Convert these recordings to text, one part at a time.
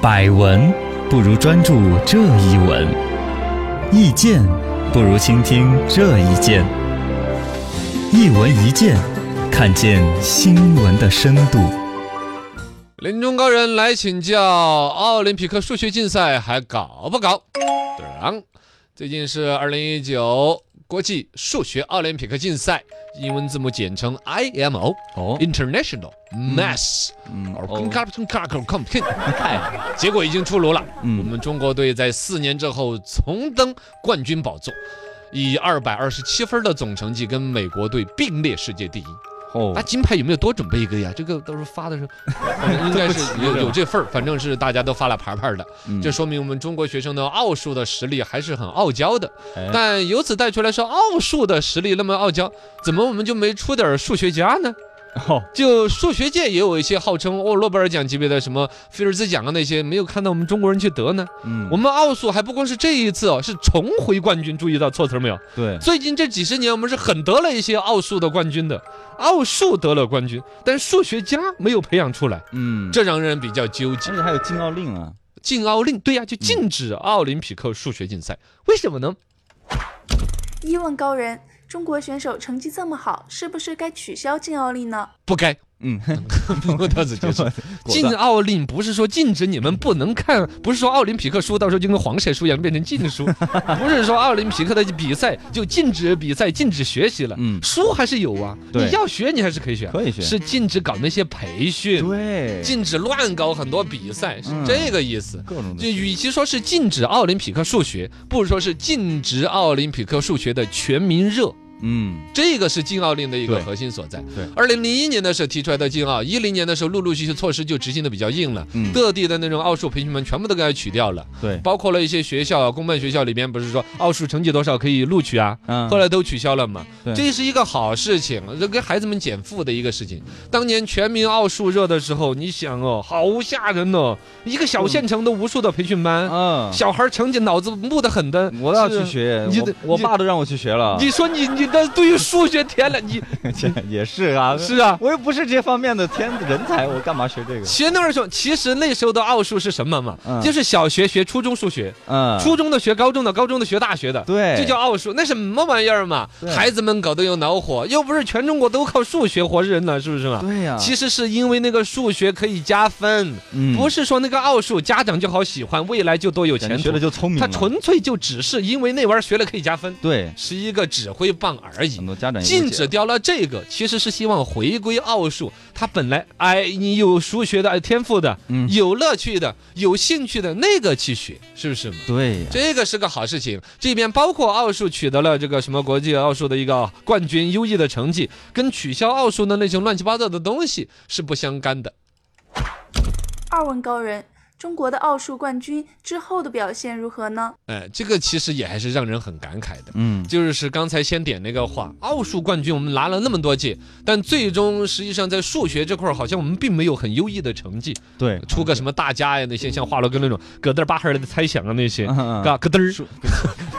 百闻不如专注这一闻，意见不如倾听这一见。一闻一见，看见新闻的深度。临终高人来请教，奥林匹克数学竞赛还搞不搞？当，最近是二零一九国际数学奥林匹克竞赛，英文字母简称 IMO。哦， International Mass 嗯， Competition，、哎，结果已经出炉了。嗯我们中国队在四年之后重登冠军宝座，以二百二十七分的总成绩跟美国队并列世界第一。那哦，金牌有没有多准备一个呀？这个到时候 发的时候，反正应该是有有这份儿，反正是大家都发了牌牌的，嗯这说明我们中国学生的奥数的实力还是很傲娇的哎。但由此带出来说，奥数的实力那么傲娇，怎么我们就没出点儿数学家呢？哦，就数学界也有一些号称哦诺贝尔奖级别的什么菲尔兹奖啊那些，没有看到我们中国人去得呢。嗯，我们奥数还不光是这一次哦，是重回冠军，注意到错词儿没有？对，最近这几十年，我们是很得了一些奥数的冠军的，奥数得了冠军，但数学家没有培养出来，嗯，这让人比较纠结而。且还有禁奥令啊，禁奥令，对呀、就禁止奥林匹克数学竞赛，为什么呢？一问高人，中国选手成绩这么好，是不是该取消禁奥令呢？不该， 嗯，我到此结束。果禁断奥令不是说禁止你们不能看，不是说奥林匹克书到时候就跟黄色书一样变成禁书， 不是说奥林匹克的比赛就禁止比赛、禁止学习了。嗯书还是有啊，对你要学你还是可以学，可以学是禁止搞那些培训，对，禁止乱搞很多比赛，是嗯这个意思。各种就的，与其说是禁止奥林匹克数学，不如说是禁止奥林匹克数学的全民热。嗯，这个是禁奥令的一个对核心所在对。二零零一年的时候提出来的禁奥，一零年的时候陆陆续续措施就执行的比较硬了，嗯各地的那种奥数培训班全部都给它取掉了，对，包括了一些学校啊，公办学校里边不是说奥数成绩多少可以录取啊，嗯，后来都取消了嘛对。这是一个好事情，这给孩子们减负的一个事情。当年全民奥数热的时候，你想哦，好吓人哦，一个小县城都无数的培训班， 嗯，小孩儿成绩脑子木得很的。我都要去是学，你我得我你爸都让我去学了，你说你你的对于数学天了，你 也是啊，是啊。我又不是这方面的天人才，我干嘛学这个？其实那儿说，其实那时候的奥数是什么嘛？嗯就是小学学初中数学，嗯，初中的学高中的，高中的学大学的，对，这叫奥数，那什么玩意儿嘛对？孩子们搞得有恼火，又不是全中国都靠数学活人呢，是不是嘛？对呀，其实是因为那个数学可以加分，嗯不是说那个奥数家长就好喜欢，未来就多有感觉前学途的。就聪明他了，纯粹就只是因为那玩意儿学了可以加分，对，是一个指挥棒而已很。多家长也禁误解止了掉了这个，其实是希望回归奥数。他本来哎，你有数学的哎天赋的，嗯有乐趣的，有兴趣的那个去学，是不是嘛？对呀，这个是个好事情，这边包括奥数取得了这个什么国际奥数的一个冠军优异的成绩，跟取消奥数的那种乱七八糟的东西是不相干的。二问高人，中国的奥数冠军之后的表现如何呢？哎，这个其实也还是让人很感慨的。嗯，就是刚才先点那个话，奥数冠军我们拿了那么多届，但最终实际上在数学这块儿，好像我们并没有很优异的成绩。对，出个什么大家呀，那些像华罗庚那种咯噔儿巴哈儿的猜想啊，那些嗯嗯 嗯嘎咯噔数儿，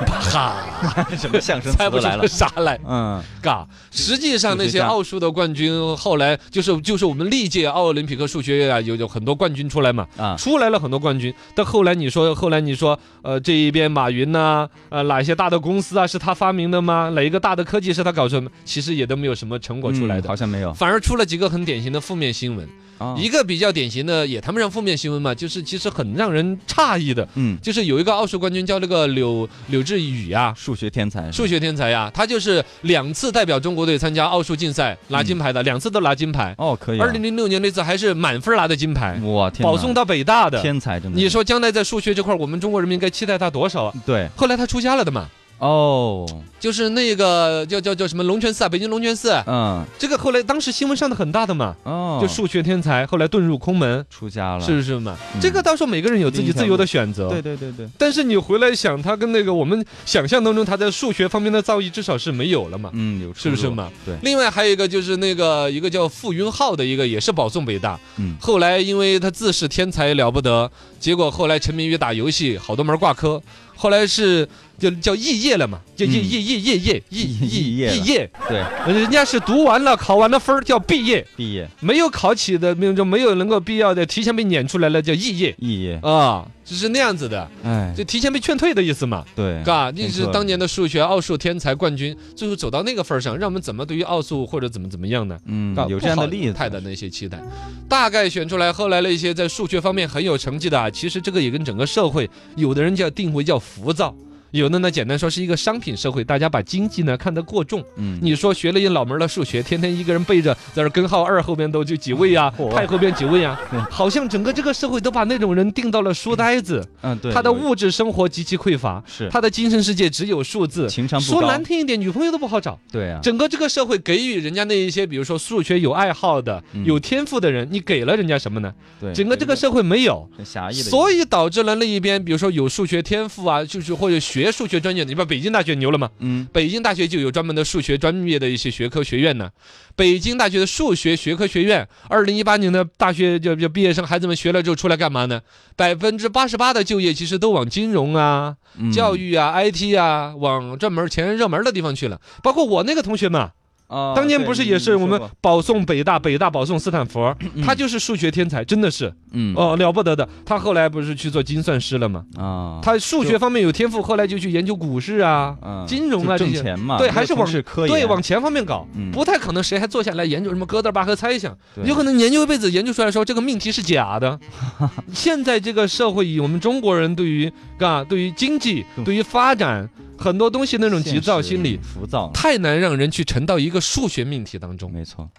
巴哈，什么相声猜词不都出来了 个，啥来，嗯，嘎。实际上那数学些家奥数的冠军，后来就是就是我们历届奥林匹克数学啊，有有很多冠军出来嘛。啊，出来了很多冠军，但后来你说，后来你说，呃，这一边马云呐、呃，哪些大的公司啊是他发明的吗？哪一个大的科技是他搞出来的吗？其实也都没有什么成果出来嗯好的，像没有，反而出了几个很典型的负面新闻。啊一个比较典型的，也谈不上负面新闻嘛，就是其实很让人诧异的，嗯，就是有一个奥数冠军叫那个柳柳智宇呀、数学天才，数学天才呀、他就是两次代表中国队参加奥数竞赛拿嗯金牌的，两次都拿金牌。哦，可以啊，二零零六年那次还是满分拿的金牌，哇，嗯天哪保送到北大的。天才真的，你说将来在数学这块儿，我们中国人民该期待他多少啊？对后来他出家了的嘛，哦，就是那个叫叫叫什么龙泉寺啊，北京龙泉寺，嗯这个后来当时新闻上的很大的嘛，哦，就数学天才，后来遁入空门。出家了，是不是嘛？嗯这个到时候每个人有自己自由的选择。对。对对对，但是你回来想，他跟那个我们想象当中他在数学方面的造诣至少是没有了嘛，嗯，有是不是嘛？嘛？对另外还有一个就是那个一个叫傅云浩的一个也是保送北大，嗯后来因为他自恃天才了不得，结果后来沉迷于打游戏，好多门挂科。后来是就叫肄业了嘛，叫肄肄肄嗯肄肄肄业肄了肄业，对，人家是读完了考完了分儿叫毕业，毕业、没有考起的，没有就没有能够必要的提前被撵出来了叫肄业肄业，啊，就是那样子的，哎，就提前被劝退的意思嘛。对，嘎，没你是错当年的数学奥数天才冠军，最后走到那个份儿上，让我们怎么对于奥数或者怎么怎么样呢？嗯啊，有这样的例太的子，那些期待，大概选出来。后来那些在数学方面很有成绩的啊，其实这个也跟整个社会，有的人叫定位叫浮躁，有的呢简单说是一个商品社会，大家把经济呢看得过重。嗯，你说学了一老门儿的数学，天天一个人背着，在那儿根号二后面都就几位啊嗯嚯，嗯派后边几位 啊对，好像整个这个社会都把那种人定到了书呆子，嗯，对，他的有物质生活极其匮乏，是他的精神世界只有数字。情商不说高难听一点，女朋友都不好找。对啊，整个这个社会给予人家那一些，比如说数学有爱好的、嗯有天赋的人，你给了人家什么呢？对，整个这个社会没有。很狭义的意思，所以导致了那一边，比如说有数学天赋啊，就是或者学数学专业，你把北京大学牛了吗？嗯，北京大学就有专门的数学专业的一些学科学院呢。北京大学的数学学科学院，二零一八年的大学就就毕业生孩子们学了之后出来干嘛呢？百分之八十八的就业其实都往金融啊、嗯教育啊、IT 啊，往专门前热门的地方去了。包括我那个同学嘛，啊，当年对不是你也你是我们说过保送北大，北大保送斯坦福，嗯他就是数学天才，真的是嗯哦了不得的。他后来不是去做精算师了吗？啊，他数学方面有天赋，后来就去研究股市啊、嗯金融就啊这挣些。钱嘛，对因还为是从往事科研，对，往前方面搞，嗯不太可能谁还坐下来研究什么哥德巴赫猜想，对有可能研究一辈子，研究出来说这个命题是假 的。现在这个社会，以我们中国人对于啊，对于经 济、嗯对于发展很多东西那种现急躁实嗯心理，浮躁，太难让人去沉到一个数学命题当中。 没错，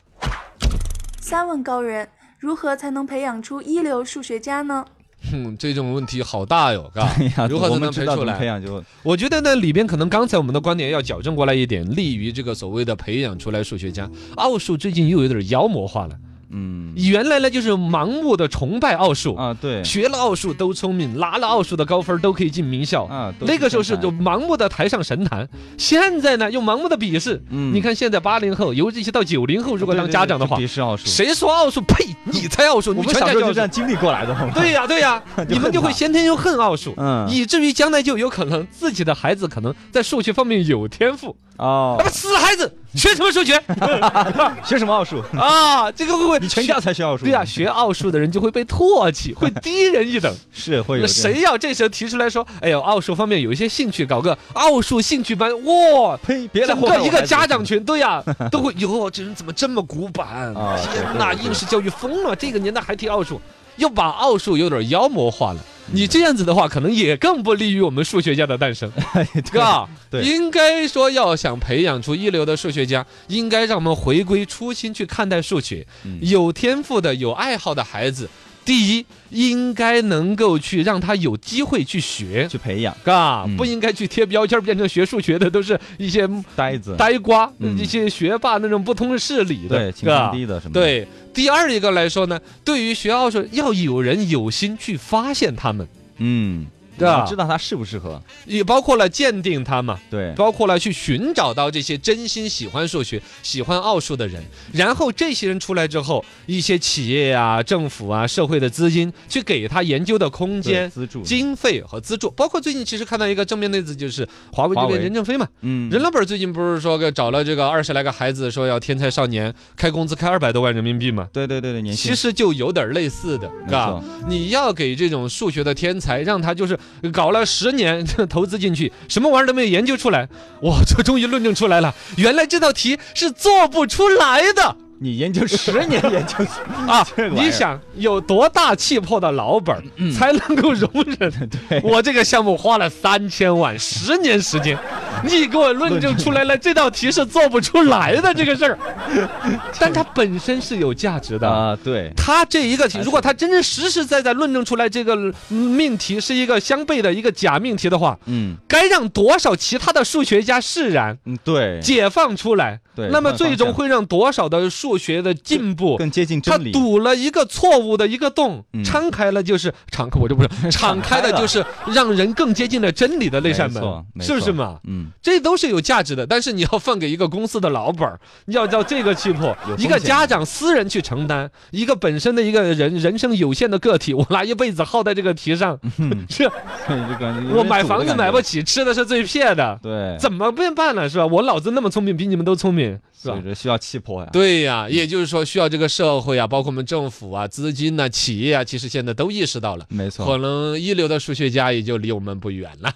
三问高人，如何才能培养出一流数学家呢？哼，嗯这种问题好大哟，嘎哎呀，如何我才们能知培道出怎么培来？养就 我觉得呢，里边可能刚才我们的观点要矫正过来一点，利于这个所谓的培养出来数学家。奥数最近又有点妖魔化了，嗯原来呢就是盲目的崇拜奥数，啊对学了奥数都聪明，拿了奥数的高分都可以进名校。啊，都那个时候是天才就盲目的抬上神坛，现在呢又盲目的鄙视。嗯你看现在八零后，尤其是到九零后，如果对当对家对长的就话，鄙视奥数，谁说奥数？呸！你才奥数，你我们全小家时就候奥就数这样经历过来的，好吗对呀、对 呀、你们就会先天就恨奥数，嗯以至于将来就有可能自己的孩子可能在数学方面有天赋，哦那么死孩子学什么数学 学什么奥数？啊？这个会不会你全家学才学奥数？对呀、学奥数的人就会被唾弃， 会低人一等。是会有那这样谁要这时候提出来说，哎呦，奥数方面有一些兴趣，搞个奥数兴趣班，哇！呸，别来整祸害个我一个孩子家长群，对呀、都会哟，这人怎么这么古板？哎啊对天对哪，对应试教育疯了！这个年代还提奥数，又把奥数有点妖魔化了。你这样子的话，可能也更不利于我们数学家的诞生， 哥。对应该说要想培养出一流的数学家，应该让我们回归初心去看待数学。嗯有天赋的、有爱好的孩子，第一应该能够去让他有机会去学。 去培养嘎，嗯不应该去贴标签，变成学数学的都是一些呆子，呆瓜，嗯一些学霸那种不通事理的，对情商嘎低的什么嗯的对，第二一个来说呢，对于学奥数，要有人有心去发现他们，嗯，对吧你要知道他适不适合，也包括了鉴定他嘛，对，包括了去寻找到这些真心喜欢数学、喜欢奥数的人。然后这些人出来之后，一些企业啊、政府啊、社会的资金去给他研究的空对间。资助，经费和资助，包括最近其实看到一个正面例子，就是华为这华为边任正非嘛，嗯，任老板最近不是说给找了这个二十来个孩子，说要天才少年，开工资开二百多万人民币嘛？对对对对，年其薪实就有点类似的，没是吧错？，你要给这种数学的天才，让他就是搞了十年投资进去，什么玩意儿都没有研究出来，哇，这终于论证出来了，原来这道题是做不出来 的你 研究十年研究啊这个！玩意儿嗯你想有多大气魄的老板儿才能够容忍 对，我这个项目花了三千万，十年时间，你给我论证出来了，这道题是做不出来的这个事 儿，但它本身是有价值的。啊，对，它这一个题，如果它真真实实在在论证出来这个嗯命题是一个相悖的一个假命题的话，嗯该让多少其他的数学家释然、嗯，对，解放出来？对那么最终换方会让多少的数学的进步？更接近他真理，堵了一个错误的一个洞，嗯敞开了就是 敞开，我这不是敞开开的了就是让人更接近了真理的那扇没错门，没是不是错嘛？嗯，嗯， 这都是有价值的，但是你要放给一个公司的老板儿，你要叫这个去破 有，风一个险家长私人去承担，一个本身的一个人 人生有限的个体，我拿一辈子耗在这个题上，嗯这这感觉有我点买土的房子感买觉不起，吃的是最撇的， 对，怎么变办呢？是吧？我老子那么聪明，比你们都聪明，是所吧以？说需要气魄呀。对呀、也就是说需要这个社会啊，包括我们政府啊、资金呐、企业啊，其实现在都意识到了。没错可，能一流的数学家也就离我们不远了。